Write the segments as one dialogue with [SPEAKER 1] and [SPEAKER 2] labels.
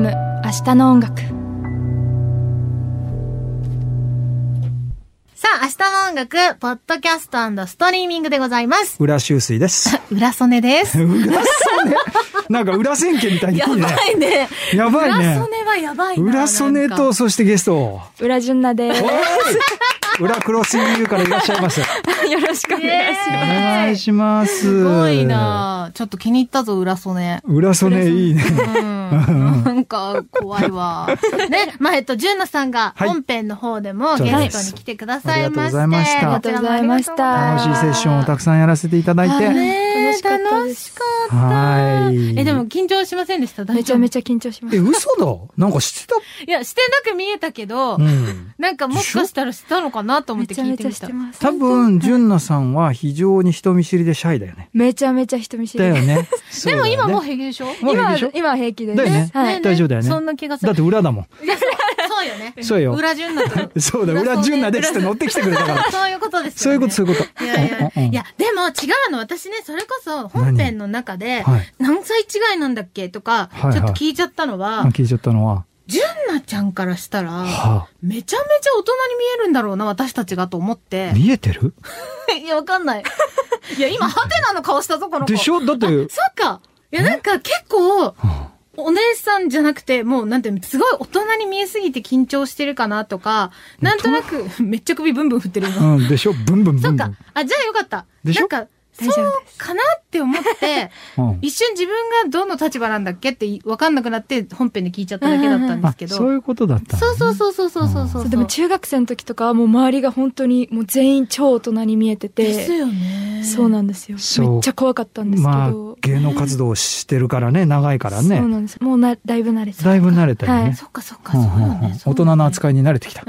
[SPEAKER 1] 日の音楽
[SPEAKER 2] さあ、明日の音楽、ポッドキャストストリーミングでございます。
[SPEAKER 3] 裏修水です。
[SPEAKER 2] 浦曽根です。
[SPEAKER 3] 裏そうね。なんか裏千家みたいにい
[SPEAKER 2] や
[SPEAKER 3] いね。
[SPEAKER 2] ばいね。
[SPEAKER 3] やばい
[SPEAKER 2] 浦
[SPEAKER 3] ね
[SPEAKER 2] 曽。根はやばいな。
[SPEAKER 3] 裏曽根
[SPEAKER 2] なん
[SPEAKER 3] と、
[SPEAKER 2] か。
[SPEAKER 3] そしてゲスト。
[SPEAKER 1] 裏純奈 で
[SPEAKER 3] おい裏クロスリングからいらっしゃいます。
[SPEAKER 1] す。よろしくお
[SPEAKER 2] イ
[SPEAKER 1] 願
[SPEAKER 2] エ
[SPEAKER 1] いしま
[SPEAKER 3] お願い
[SPEAKER 2] ーイ
[SPEAKER 3] します。
[SPEAKER 2] すごい。なちょっと気に入ったぞ、浦曽根。
[SPEAKER 3] 裏曽根いいね。
[SPEAKER 2] うん。なんか、怖いわ。ね、まあ、えっと、純奈さんが
[SPEAKER 3] はい
[SPEAKER 2] 本編の方でも
[SPEAKER 3] そう
[SPEAKER 2] ゲ
[SPEAKER 3] です
[SPEAKER 2] ストに来てくださいまして。
[SPEAKER 3] ありがとうございました
[SPEAKER 2] こちらもありがとうございま
[SPEAKER 3] 楽
[SPEAKER 2] す
[SPEAKER 3] しいセッションをたくさんやらせていただい
[SPEAKER 1] は
[SPEAKER 3] て。
[SPEAKER 2] ねえ、楽
[SPEAKER 1] 楽
[SPEAKER 2] し
[SPEAKER 1] し
[SPEAKER 2] かった。
[SPEAKER 3] はい。
[SPEAKER 2] え、でも、緊張しませんでした
[SPEAKER 1] す。めちゃめ
[SPEAKER 2] ち
[SPEAKER 1] ちゃ緊張しま
[SPEAKER 3] え、
[SPEAKER 1] す。
[SPEAKER 3] 嘘だ。なんか知って
[SPEAKER 2] ゃ。いや、してなく見えたけど、
[SPEAKER 3] た。うん。
[SPEAKER 2] なんかもしかしたらしたのかなと思っ
[SPEAKER 1] め
[SPEAKER 2] て
[SPEAKER 1] ちゃ
[SPEAKER 2] 聞い
[SPEAKER 1] め
[SPEAKER 2] て
[SPEAKER 1] ちゃ
[SPEAKER 2] み
[SPEAKER 1] したて。ます。
[SPEAKER 3] 多分、純奈さんは非常に人見知りでシャイだよね。
[SPEAKER 1] めちゃめちゃ人見知り
[SPEAKER 3] だよ
[SPEAKER 1] です。
[SPEAKER 3] ね。
[SPEAKER 2] でも今もう
[SPEAKER 3] う
[SPEAKER 2] 平気でしょ
[SPEAKER 3] だよね、もういい
[SPEAKER 1] 今
[SPEAKER 3] でしょ、
[SPEAKER 1] 今は平気です。
[SPEAKER 3] だよね
[SPEAKER 1] はい。
[SPEAKER 3] 大丈夫だよね
[SPEAKER 2] そんな気がす
[SPEAKER 3] だ
[SPEAKER 2] る
[SPEAKER 3] っ。て裏だもん。
[SPEAKER 2] いやそう そうよね。
[SPEAKER 3] そうよ
[SPEAKER 2] 裏順だ と。
[SPEAKER 3] そうだ、裏純奈ですって乗ってきてくれたから。
[SPEAKER 2] そういうことです
[SPEAKER 3] そう
[SPEAKER 2] よ
[SPEAKER 3] い
[SPEAKER 2] ね。
[SPEAKER 3] うこと、そういうこと。
[SPEAKER 2] いやいや
[SPEAKER 3] うんうんうん
[SPEAKER 2] いや、でも違うの。私ね、それこそ本編の中で、
[SPEAKER 3] はい。
[SPEAKER 2] 何歳違いなんだっけとか、
[SPEAKER 3] はいはい
[SPEAKER 2] ちょっと聞いちゃったのは、
[SPEAKER 3] 聞いちゃったのは、
[SPEAKER 2] 純奈ちゃんからしたら、
[SPEAKER 3] は
[SPEAKER 2] めちゃめちゃ大人に見えるんだろうな、私たちがと思って
[SPEAKER 3] あ、。見えてる
[SPEAKER 2] いや、わかん ない。いや、今、ハテナの顔したぞ、この子。
[SPEAKER 3] でしょだって、
[SPEAKER 2] そっか。いや、なんか結構、
[SPEAKER 3] は
[SPEAKER 2] お姉さんじゃなくて、もう、なんていうの、すごい大人に見えすぎて緊張してるかなとか、なんとなく、 めっちゃ首ブンブン振ってる
[SPEAKER 3] あ
[SPEAKER 2] 今。
[SPEAKER 3] うん、でしょブンブンブ
[SPEAKER 2] そっ
[SPEAKER 3] ンブン
[SPEAKER 2] か。。あ、じゃあよかった。
[SPEAKER 3] でしょ
[SPEAKER 2] なんか、そう
[SPEAKER 1] 大丈夫
[SPEAKER 2] かなって思 って、
[SPEAKER 3] うん
[SPEAKER 2] 一瞬自分がどの立場なんだっけってわかんなくなって本編で聞いちゃっただけだったんで
[SPEAKER 3] あ
[SPEAKER 2] すけ、ど。
[SPEAKER 3] そういうことだった。
[SPEAKER 2] そうそうそうそうそうそうそ
[SPEAKER 1] そ
[SPEAKER 2] う。
[SPEAKER 1] うでも中学生の時とかはもう周りが本当にもう全員超大人に見えて
[SPEAKER 2] です
[SPEAKER 1] て、
[SPEAKER 2] よね。
[SPEAKER 1] そうなんですよ。
[SPEAKER 3] そう
[SPEAKER 1] めっちゃ怖かったんですけ
[SPEAKER 3] まあ
[SPEAKER 1] ど、。
[SPEAKER 3] 芸能活動してるからね、長いから
[SPEAKER 1] そう
[SPEAKER 3] ね。
[SPEAKER 1] なんです。もうなだいぶ慣れて
[SPEAKER 3] だいぶ慣れたよ
[SPEAKER 1] はい
[SPEAKER 3] ね。
[SPEAKER 2] そっかそっか、
[SPEAKER 3] う
[SPEAKER 2] そ
[SPEAKER 3] ん
[SPEAKER 2] う
[SPEAKER 3] うんうん
[SPEAKER 2] だね。
[SPEAKER 3] 大人の
[SPEAKER 2] い。
[SPEAKER 3] 扱いに慣れ てきた。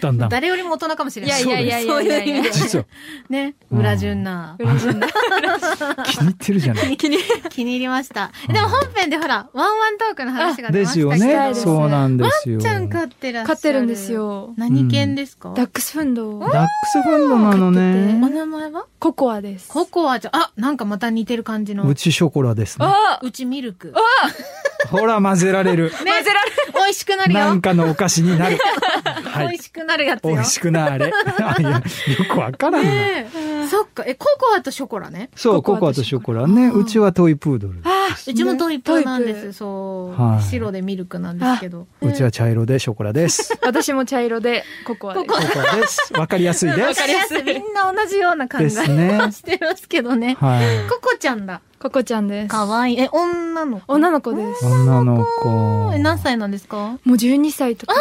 [SPEAKER 3] だんだん。
[SPEAKER 2] 誰よりも大人かもしれ
[SPEAKER 1] い
[SPEAKER 2] な
[SPEAKER 1] や
[SPEAKER 2] い。
[SPEAKER 1] いやいやいやいやいや
[SPEAKER 2] そうです
[SPEAKER 3] 実は、
[SPEAKER 2] ね。
[SPEAKER 3] うん
[SPEAKER 2] 裏順な。
[SPEAKER 1] 嬉しいな。
[SPEAKER 3] 気に入ってるじゃない。
[SPEAKER 1] 気に
[SPEAKER 2] 気に入りました。
[SPEAKER 3] うん
[SPEAKER 2] でも本編でほら、ワンワントークの話が出
[SPEAKER 3] で
[SPEAKER 2] ました
[SPEAKER 3] す
[SPEAKER 2] けど。
[SPEAKER 3] よ
[SPEAKER 1] した
[SPEAKER 3] ね。
[SPEAKER 1] いです
[SPEAKER 3] そうなんですよ。
[SPEAKER 2] ちゃん
[SPEAKER 3] ダッ
[SPEAKER 2] 飼ってらっしゃる。
[SPEAKER 1] 飼ってるんです。よ。
[SPEAKER 2] 何犬ですか、
[SPEAKER 1] ダックスフンド、
[SPEAKER 3] クスフンドなの
[SPEAKER 2] お
[SPEAKER 3] ね。
[SPEAKER 2] 名前は
[SPEAKER 1] ココアです。
[SPEAKER 2] ココアじゃ、あ、なんかまた似てる感じの。
[SPEAKER 3] う
[SPEAKER 2] う
[SPEAKER 3] ちショコラですね。
[SPEAKER 1] あ
[SPEAKER 2] ちミルク。
[SPEAKER 3] ほら、混ぜられる。
[SPEAKER 2] ね、混ぜられる。美味しくなるよ。
[SPEAKER 3] なんかのお菓子になる。は
[SPEAKER 2] 美
[SPEAKER 3] い
[SPEAKER 2] 味。しくなるやつ
[SPEAKER 3] 美
[SPEAKER 2] よ。
[SPEAKER 3] 味しくなあれ。いやよくわからんな。
[SPEAKER 2] ねえそっか。え、ココアとショコラね。
[SPEAKER 3] そう、
[SPEAKER 1] コ
[SPEAKER 3] コ
[SPEAKER 1] コ
[SPEAKER 3] コ
[SPEAKER 1] ア
[SPEAKER 3] ア
[SPEAKER 1] と
[SPEAKER 3] と
[SPEAKER 1] シ
[SPEAKER 3] シ
[SPEAKER 1] ョ
[SPEAKER 3] ョ
[SPEAKER 1] コ
[SPEAKER 3] コ
[SPEAKER 1] ラ
[SPEAKER 3] ラね。うちはトイプードル。
[SPEAKER 1] あ
[SPEAKER 2] うちもトイプーなんで
[SPEAKER 1] トイ
[SPEAKER 2] す。
[SPEAKER 1] プ
[SPEAKER 2] そう、
[SPEAKER 3] はい
[SPEAKER 2] 白でミルクなんですけど。
[SPEAKER 3] うちは茶色でショコラ です。
[SPEAKER 1] 私も茶色でココアです。
[SPEAKER 2] コ
[SPEAKER 3] ココアです。わかりやすいで
[SPEAKER 2] わ
[SPEAKER 3] す
[SPEAKER 2] か。りやすい。みんな同じような考え
[SPEAKER 3] ですね
[SPEAKER 2] してますけどね。
[SPEAKER 3] は
[SPEAKER 2] ココちゃんだ。
[SPEAKER 1] ココちゃんです。
[SPEAKER 2] かわいい。え、女の子
[SPEAKER 1] 女の子です
[SPEAKER 3] い。。女の
[SPEAKER 2] え
[SPEAKER 3] 子。
[SPEAKER 2] 何歳なんですか
[SPEAKER 1] もう12歳とか。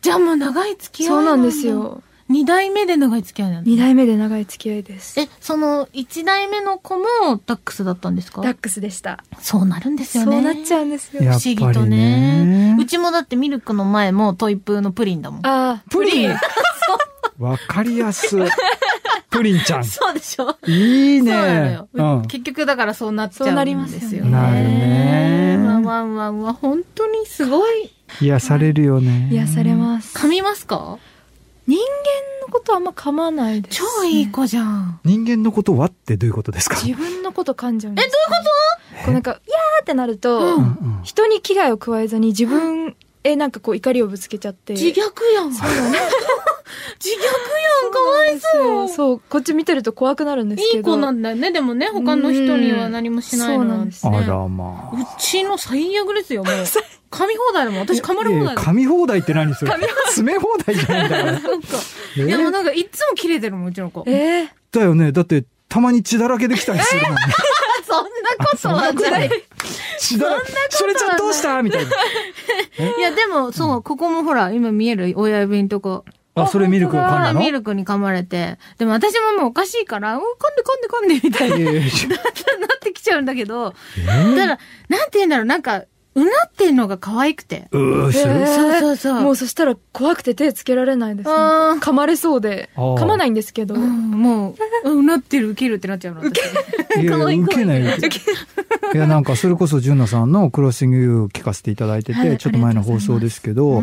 [SPEAKER 2] じゃあもう長い付き合い
[SPEAKER 1] そうなん
[SPEAKER 2] だ
[SPEAKER 1] です。よ。
[SPEAKER 2] 二代目で長い付き合いなんだ
[SPEAKER 1] 2代目で長い付き合いです。
[SPEAKER 2] え、その、一代目の子もダックスだったんですか
[SPEAKER 1] ダックスでした。
[SPEAKER 2] そうなるんです
[SPEAKER 1] そ
[SPEAKER 2] よね。
[SPEAKER 1] うなっちゃうんですよ。
[SPEAKER 3] や
[SPEAKER 2] 不
[SPEAKER 3] っ
[SPEAKER 2] 思議
[SPEAKER 3] ぱ
[SPEAKER 2] と
[SPEAKER 3] り
[SPEAKER 2] ね
[SPEAKER 3] ね。
[SPEAKER 2] うちもだってミルクの前もトイプーのプリンだもん。
[SPEAKER 1] ああ、
[SPEAKER 3] プリン わかりやすい。プリンちゃん。
[SPEAKER 2] そうでしょ
[SPEAKER 3] いい
[SPEAKER 2] そうなの
[SPEAKER 3] ね
[SPEAKER 2] よ。。
[SPEAKER 3] うん。
[SPEAKER 2] 結局だからそうなっちゃ
[SPEAKER 1] そううなんります
[SPEAKER 2] で
[SPEAKER 1] よね
[SPEAKER 2] すよ
[SPEAKER 3] なるね
[SPEAKER 2] ワンワンワンは本当にすごい。
[SPEAKER 3] 癒されるよね。
[SPEAKER 1] 癒されます。
[SPEAKER 2] 噛みますか
[SPEAKER 1] 人間のことあんま噛まないです、
[SPEAKER 2] 超いい。子じゃん。
[SPEAKER 3] 人間のことはってどういうことですか
[SPEAKER 1] 自分のこと噛んじゃうんです。え、どういうことこうなんか、いやーってなると、
[SPEAKER 2] う
[SPEAKER 3] うん
[SPEAKER 2] ん
[SPEAKER 3] うん
[SPEAKER 1] 人に危害を加えずに自分へなんかこう怒りをぶつけちゃって。
[SPEAKER 2] 自虐や ん。自虐やん、かわいそう。
[SPEAKER 1] そう、こっち見てると怖くなるんですけど。
[SPEAKER 2] いい子なんだよね。でもね、他の人には何もしないの
[SPEAKER 1] うんそうなんです
[SPEAKER 3] あ
[SPEAKER 2] ね
[SPEAKER 3] らまあ。
[SPEAKER 2] うちの最悪ですよ、もう。 噛み放題だもん。私噛まれ放
[SPEAKER 3] い
[SPEAKER 2] 題だ
[SPEAKER 3] や
[SPEAKER 2] もん。
[SPEAKER 3] 噛み放題って何それ詰め放題じゃないんだから。
[SPEAKER 2] なんか
[SPEAKER 3] え
[SPEAKER 2] いや、もうなんかいつも切れてるもん、うちの子。
[SPEAKER 1] ええ
[SPEAKER 3] だよね。だって、たまに血だらけできたりするもんね。
[SPEAKER 2] そんなことはない。
[SPEAKER 3] 血だらけ。それちゃんどうしたみたいな。
[SPEAKER 2] いや、でも、そう、ここもほら、今見える親指のとこ。
[SPEAKER 3] あ、それミルクを噛んだの
[SPEAKER 2] ミルクに噛まれて。でも私ももうおかしいから、うん噛んで噛んで噛んでみたい
[SPEAKER 3] いや
[SPEAKER 2] に
[SPEAKER 3] いやいや
[SPEAKER 2] なってきちゃうんだけど。ただ、なんて言うんだろう、なんか、うなってんのが可愛くて。
[SPEAKER 3] うーす
[SPEAKER 1] え
[SPEAKER 3] る
[SPEAKER 1] ー
[SPEAKER 2] そうそうそう。
[SPEAKER 1] もうそしたら怖くて手つけられないです、ね。
[SPEAKER 2] あー
[SPEAKER 1] 噛まれそうで。
[SPEAKER 3] あー
[SPEAKER 1] 噛まないんですけど。
[SPEAKER 2] うん、もう、うんうなってる、ウケるってなっちゃうの。私
[SPEAKER 3] いや
[SPEAKER 2] 可愛い
[SPEAKER 3] いや、受けな いよ。いや、なんか、それこそ、純奈さんのクロッシングを聞かせていただいて
[SPEAKER 1] はい
[SPEAKER 3] て、ちょっと前の放送ですけど、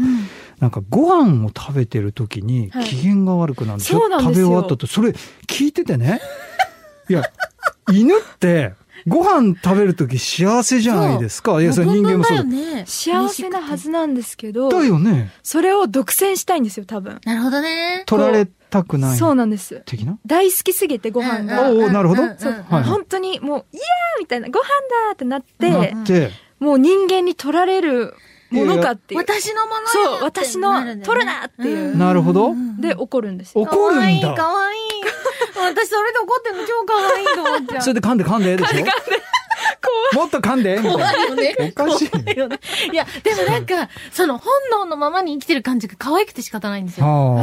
[SPEAKER 3] なんか、ご飯を食べてる時に
[SPEAKER 1] はい、
[SPEAKER 3] 機嫌が悪くなる。
[SPEAKER 1] そうなん
[SPEAKER 3] 食
[SPEAKER 1] です
[SPEAKER 3] べ
[SPEAKER 1] よ
[SPEAKER 3] 終わったと、それ、聞いててね。いや、犬って、ご飯食べるとき幸せじゃないですか。いや、それ人間もそう
[SPEAKER 2] だよ
[SPEAKER 3] だ。
[SPEAKER 2] ね。
[SPEAKER 1] 幸せなはずなんですけど、
[SPEAKER 3] だよね。
[SPEAKER 1] それを独占したいんですよ、多分。
[SPEAKER 2] なるほどね。
[SPEAKER 3] 取られたくない。
[SPEAKER 1] そうなんです。
[SPEAKER 3] 的な
[SPEAKER 1] 大好きすぎてご飯が。
[SPEAKER 3] おうおうなるほど
[SPEAKER 2] そう
[SPEAKER 1] そう、
[SPEAKER 2] んうん
[SPEAKER 3] はい
[SPEAKER 1] 本当にもう、いやーみたいな、ご飯だーってなって、
[SPEAKER 3] なって、
[SPEAKER 1] もう人間に取られるものかっていう。
[SPEAKER 2] 私のもの
[SPEAKER 1] そう、私の、取るなっていう。
[SPEAKER 3] なるほど
[SPEAKER 1] で、怒るんですよ。
[SPEAKER 3] 怒るんだ。
[SPEAKER 2] かわいい。私それで怒ってるの超かわいいと思っちゃう。
[SPEAKER 3] それで噛んで噛んででしょもっと噛んでみたいな
[SPEAKER 2] 怖いよね。
[SPEAKER 3] おかしいね
[SPEAKER 2] 怖よね。いや、でもなんか、その本能のままに生きてる感じが可愛くて仕方ないんですよ。
[SPEAKER 3] は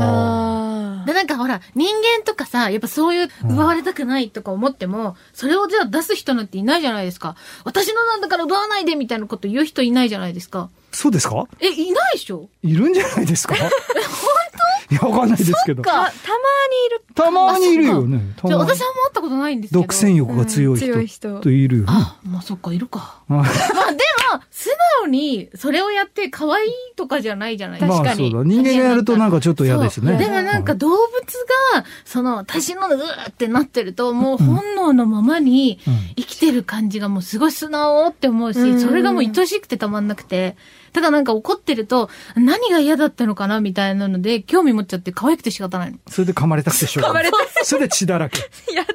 [SPEAKER 3] あ。
[SPEAKER 1] あ
[SPEAKER 2] で、なんかほら、人間とかさ、やっぱそういう奪われたくないとか思っても、それをじゃあ出す人なんていないじゃないですか。私のなんだから奪わないでみたいなこと言う人いないじゃないですか。
[SPEAKER 3] そうですか
[SPEAKER 2] え、いないでしょ
[SPEAKER 3] いるんじゃないですか 本当いや、わかんないですけど。
[SPEAKER 1] あ。
[SPEAKER 2] か
[SPEAKER 1] た、たまにいる
[SPEAKER 3] たまにいるよね。た
[SPEAKER 2] じゃあ
[SPEAKER 3] まに
[SPEAKER 2] 私はもう会ったことないんですけど。
[SPEAKER 3] 独占欲が強い
[SPEAKER 1] うん強い人
[SPEAKER 3] 人といるよね。
[SPEAKER 2] あ、まあそっか、いるか。
[SPEAKER 3] ま
[SPEAKER 2] まあでも、素直にそれをやって可愛いとかじゃないじゃないですか。
[SPEAKER 3] あそうだ。人間がやるとなんかちょっと嫌です
[SPEAKER 2] そう
[SPEAKER 3] ね。
[SPEAKER 2] でもなんか
[SPEAKER 3] はい、
[SPEAKER 2] 動物が、その、私のうーってなってると、もう本能のままに
[SPEAKER 3] うん
[SPEAKER 2] 生きてる感じがもうすごい素直って思う
[SPEAKER 1] う
[SPEAKER 2] し、
[SPEAKER 1] ん
[SPEAKER 2] それがもう愛しくてたまんなくて。ただなんか怒ってると、何が嫌だったのかなみたいなので、興味持っちゃって可愛くて仕方ないの。
[SPEAKER 3] それで噛まれたくてしょうがない。
[SPEAKER 1] 噛ま
[SPEAKER 3] それで血だらけ。
[SPEAKER 1] やだ。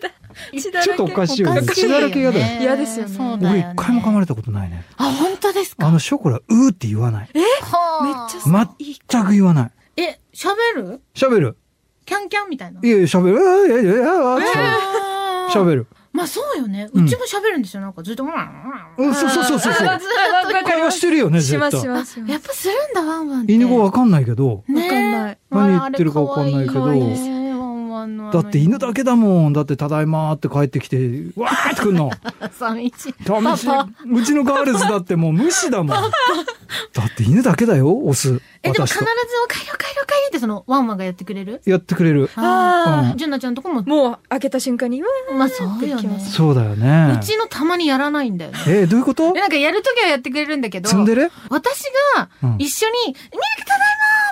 [SPEAKER 1] 血だら
[SPEAKER 3] ち
[SPEAKER 1] け
[SPEAKER 3] ょっとおかしいよね。血だらけ嫌だよ。
[SPEAKER 1] 嫌ですよね
[SPEAKER 2] そうだよ
[SPEAKER 3] 僕
[SPEAKER 2] ね。
[SPEAKER 3] 一回も噛まれたことないね。
[SPEAKER 2] あ、本当ですか
[SPEAKER 3] あの、ショコラ、うーって言わない。
[SPEAKER 1] めっ
[SPEAKER 2] はあ
[SPEAKER 1] ちゃ
[SPEAKER 3] 全く言わない。
[SPEAKER 2] え、喋る
[SPEAKER 3] 喋る。
[SPEAKER 2] キャンキャンみたいな。
[SPEAKER 3] いやいや、喋る。うーいやいやいやいや
[SPEAKER 2] あー
[SPEAKER 3] 喋る。
[SPEAKER 2] まあそうよね。
[SPEAKER 3] う
[SPEAKER 2] うんちも喋るんですよ。なんかずっと、うんうんうん
[SPEAKER 3] うん、そうそうそうそう
[SPEAKER 1] ず
[SPEAKER 3] そう。
[SPEAKER 1] ーっと
[SPEAKER 3] 会話してるよね、
[SPEAKER 1] し
[SPEAKER 3] 絶
[SPEAKER 1] ますし
[SPEAKER 3] 対。
[SPEAKER 1] ますします。
[SPEAKER 2] やっぱするんだ、ワンワンって。
[SPEAKER 3] 犬語わかんないけど、
[SPEAKER 1] わかんない
[SPEAKER 3] 何言ってるかわかんないけど
[SPEAKER 2] あれ可愛いですよねワンワンのあ
[SPEAKER 3] だ
[SPEAKER 2] の
[SPEAKER 3] って犬だけだもん。だって、ただいまーって帰ってきて、わーってくんの。
[SPEAKER 2] 寂しい。
[SPEAKER 3] ダメし、うちのガールズだってもう無視だもん。だって犬だけだよ、オス。
[SPEAKER 2] え、でも
[SPEAKER 3] 私
[SPEAKER 2] 必ず
[SPEAKER 3] と。
[SPEAKER 2] お帰りお帰りお帰りってそのワンワンがやってくれる
[SPEAKER 3] やってくれる。
[SPEAKER 1] あ
[SPEAKER 3] うん
[SPEAKER 2] ジュンナちゃんとこも
[SPEAKER 1] あ、、もう開けた瞬間に、うわ
[SPEAKER 2] まあそうよ
[SPEAKER 1] ってき
[SPEAKER 2] ね
[SPEAKER 1] ま。す
[SPEAKER 3] そうだよね
[SPEAKER 2] う。ちのたまにやらないんだよね。
[SPEAKER 3] えーどういうこと
[SPEAKER 2] えなんかやるときはやってくれるんだけど、
[SPEAKER 3] ツンデレ
[SPEAKER 2] 私が
[SPEAKER 3] うん
[SPEAKER 2] 一緒に、ミルクただいま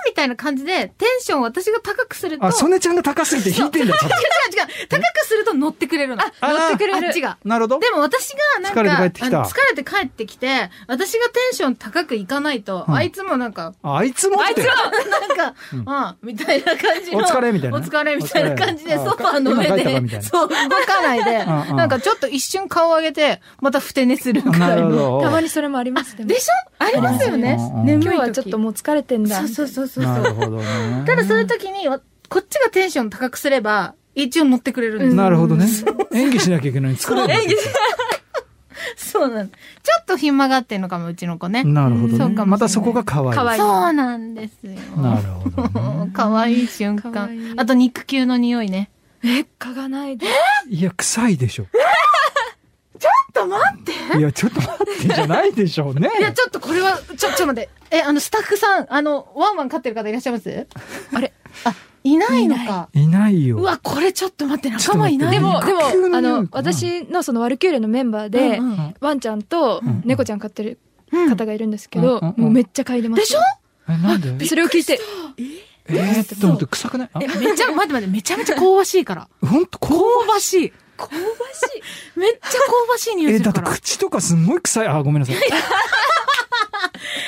[SPEAKER 2] ーみたいな感じで、テンションを私が高くすると、
[SPEAKER 3] あ、ソネちゃんが高すぎて引いてんだよ、ちょっと
[SPEAKER 2] 違う違う、高くすると乗ってくれるの。
[SPEAKER 1] あ乗ってくれる
[SPEAKER 2] あっちが。
[SPEAKER 3] なる ほど。
[SPEAKER 2] でも私がなんか、
[SPEAKER 3] 疲れて帰ってきた
[SPEAKER 2] あの疲れて帰ってきて、私がテンション高くいかないと、
[SPEAKER 3] うん
[SPEAKER 2] あいつもなんか、
[SPEAKER 3] ああいつもって。
[SPEAKER 2] なんか、
[SPEAKER 3] うん
[SPEAKER 2] ああ、みたいな感じの。
[SPEAKER 3] お疲れみたいな
[SPEAKER 2] お
[SPEAKER 3] ね
[SPEAKER 2] 疲れみたいな感じで、
[SPEAKER 3] お疲れ
[SPEAKER 2] ソファーの上
[SPEAKER 3] 今帰ったかみた
[SPEAKER 2] で、
[SPEAKER 3] いな
[SPEAKER 2] そう、動かないで、
[SPEAKER 3] うんうん
[SPEAKER 2] なんかちょっと一瞬顔上げて、またふて寝するく
[SPEAKER 3] な
[SPEAKER 2] らい
[SPEAKER 3] るほ
[SPEAKER 2] の。
[SPEAKER 3] ど。
[SPEAKER 1] たまにそれもあります、でも
[SPEAKER 2] でしょありますよね
[SPEAKER 3] うんうんうん。
[SPEAKER 2] 眠い
[SPEAKER 1] 今
[SPEAKER 2] 時
[SPEAKER 1] 日はちょっともう疲れてんだ。
[SPEAKER 2] そうそうそうそう。
[SPEAKER 3] なる
[SPEAKER 2] た
[SPEAKER 3] ほどね。
[SPEAKER 2] だそういう時に、わこっちがテンション高くすれば、一応乗ってくれるんですよ
[SPEAKER 3] なるほどね。演技しなきゃいけないのに疲れるんだよ。
[SPEAKER 2] そうなの。ちょっとひん曲がってんのかも、うちの子ね。
[SPEAKER 3] なるほ
[SPEAKER 2] うん
[SPEAKER 3] ど
[SPEAKER 2] そうかもし
[SPEAKER 3] ね。
[SPEAKER 2] れない
[SPEAKER 3] またそこが可愛い。
[SPEAKER 1] 可愛い
[SPEAKER 2] そうなんですよ。
[SPEAKER 3] なるほどね。
[SPEAKER 2] 可愛い瞬
[SPEAKER 1] かわいい
[SPEAKER 2] 間。あと肉球の匂いね。
[SPEAKER 1] え、嗅がないで。
[SPEAKER 3] いや、臭いでしょ。
[SPEAKER 2] ちょっと待って。
[SPEAKER 3] いや、ちょっと待ってじゃないでしょうね。
[SPEAKER 2] いや、ちょっとこれは、ちょ、ちょっと待って。え、あの、スタッフさん、あの、ワンワン飼ってる方いらっしゃいます
[SPEAKER 1] あれ
[SPEAKER 2] あ、いないのか。
[SPEAKER 3] いないよ。
[SPEAKER 2] うわ、これちょっと待って、
[SPEAKER 3] ちょっ
[SPEAKER 2] 仲
[SPEAKER 3] と
[SPEAKER 2] 間
[SPEAKER 3] 待
[SPEAKER 2] い
[SPEAKER 3] って
[SPEAKER 2] ない。
[SPEAKER 1] でも、でも
[SPEAKER 3] 肉球、の
[SPEAKER 1] あ
[SPEAKER 3] 匂い
[SPEAKER 1] の、
[SPEAKER 3] かな
[SPEAKER 1] 私のそのワルキューレのメンバーで、
[SPEAKER 2] うんうん
[SPEAKER 1] ワンちゃんと
[SPEAKER 3] ん
[SPEAKER 1] 猫ちゃん飼ってる
[SPEAKER 2] うん
[SPEAKER 1] 方がいるんですけど、
[SPEAKER 3] うんうんうん
[SPEAKER 1] もうめっちゃ嗅いでます。
[SPEAKER 2] でしょ
[SPEAKER 3] え、なんで
[SPEAKER 1] それを聞いて、
[SPEAKER 3] えーって思って臭くないあ
[SPEAKER 2] え、、めちゃ、待って待って、めちゃめちゃ香ばしいから。
[SPEAKER 3] ほんと、
[SPEAKER 2] 香
[SPEAKER 3] こ
[SPEAKER 2] ばしい。
[SPEAKER 1] 香ばしい。
[SPEAKER 2] めっちゃ香ばしい匂
[SPEAKER 3] う、
[SPEAKER 2] い
[SPEAKER 3] え、
[SPEAKER 2] する
[SPEAKER 3] だって
[SPEAKER 2] から。待
[SPEAKER 3] 口とかすんごい臭い。あ、ごめんなさい。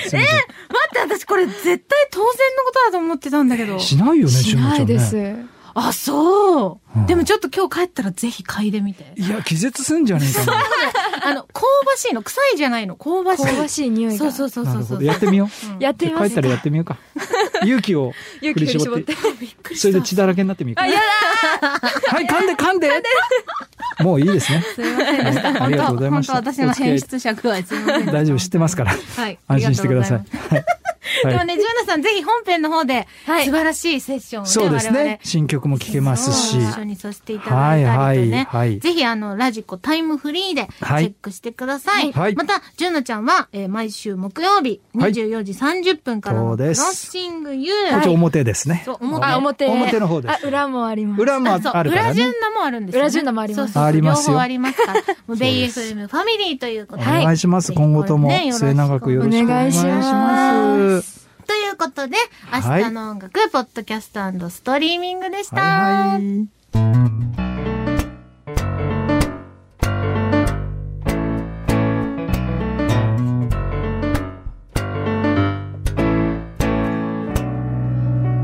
[SPEAKER 3] え
[SPEAKER 2] って、私これ絶対当然のことだと思ってたんだけど。
[SPEAKER 3] しないよね、
[SPEAKER 1] し
[SPEAKER 3] しの
[SPEAKER 1] な
[SPEAKER 3] ちゃ
[SPEAKER 1] い
[SPEAKER 3] んね
[SPEAKER 1] です。。
[SPEAKER 2] あ、そうう。
[SPEAKER 3] ん
[SPEAKER 2] でもちょっと今日帰ったらぜひ嗅いでみて。
[SPEAKER 3] いや、気絶すんじゃねえか な。
[SPEAKER 2] あの、香ばしいの。臭いじゃないの。香ばしい。
[SPEAKER 1] 香ばしい匂いが。
[SPEAKER 2] そうそうそう
[SPEAKER 3] な
[SPEAKER 2] そ
[SPEAKER 3] る
[SPEAKER 2] う
[SPEAKER 3] ほ
[SPEAKER 2] そう。
[SPEAKER 3] ど。やってみよう。
[SPEAKER 1] やってみま
[SPEAKER 3] 帰っ
[SPEAKER 1] す
[SPEAKER 3] た
[SPEAKER 1] から
[SPEAKER 3] やってみようか。勇気を振
[SPEAKER 1] 勇気振
[SPEAKER 3] り
[SPEAKER 1] り
[SPEAKER 3] 絞
[SPEAKER 1] 絞
[SPEAKER 3] っ
[SPEAKER 1] ってて。。
[SPEAKER 3] それで血だらけになってみようか。
[SPEAKER 1] あ、やだ
[SPEAKER 3] はい、噛んで噛んでもういいですね。
[SPEAKER 2] すいませんでした。
[SPEAKER 3] ありがとうございました
[SPEAKER 2] 本当本当私の変質者具合すいません。
[SPEAKER 3] 大丈夫、知ってますから。
[SPEAKER 2] はい。
[SPEAKER 3] 安心してください
[SPEAKER 2] ありがとうござま。す
[SPEAKER 3] は
[SPEAKER 2] で
[SPEAKER 3] い
[SPEAKER 2] もね、ジューナさん、ぜひ本編の方で、
[SPEAKER 1] はい
[SPEAKER 2] 素晴らしいセッションをね、
[SPEAKER 3] そうです
[SPEAKER 2] 我々
[SPEAKER 3] ね。新曲も聴けますし。
[SPEAKER 2] 一緒にさせていただいたりとね。
[SPEAKER 3] はいはいはい
[SPEAKER 2] ぜひ、あの、ラジコタイムフリーでチェ
[SPEAKER 3] はい
[SPEAKER 2] ックしてください。
[SPEAKER 3] はい
[SPEAKER 2] また、ジューナちゃんは、えー毎週木曜日、
[SPEAKER 3] はい
[SPEAKER 2] 24時30分から
[SPEAKER 3] そ
[SPEAKER 2] の
[SPEAKER 3] う
[SPEAKER 2] クロ
[SPEAKER 3] です
[SPEAKER 2] ッシング U。
[SPEAKER 3] こっち表ですね。
[SPEAKER 2] そう表
[SPEAKER 1] あ、表。
[SPEAKER 3] 表の方です。
[SPEAKER 1] あ、裏もあります。
[SPEAKER 3] 裏もあ
[SPEAKER 2] あ
[SPEAKER 3] る
[SPEAKER 2] そう
[SPEAKER 3] からね。
[SPEAKER 2] 裏順那もあるんですよ、ね。
[SPEAKER 1] 裏順那もあります
[SPEAKER 2] そうそうそう
[SPEAKER 3] ありますよ
[SPEAKER 2] 両方ありますから。もう、ベイ
[SPEAKER 3] そう
[SPEAKER 2] FM ファミリーということ
[SPEAKER 3] お
[SPEAKER 2] で。
[SPEAKER 3] 願いします。
[SPEAKER 2] はい
[SPEAKER 3] 今後とも
[SPEAKER 2] ぜひこれ
[SPEAKER 3] 末
[SPEAKER 2] ね
[SPEAKER 3] 永くよろしくお願いし
[SPEAKER 1] お願いし
[SPEAKER 3] ま。
[SPEAKER 1] ます
[SPEAKER 2] ということで、
[SPEAKER 3] は
[SPEAKER 2] 明
[SPEAKER 3] い
[SPEAKER 2] 日の音楽、ポッドキャストストリーミングでした。
[SPEAKER 3] はいはい。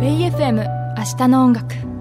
[SPEAKER 1] 明日の音楽。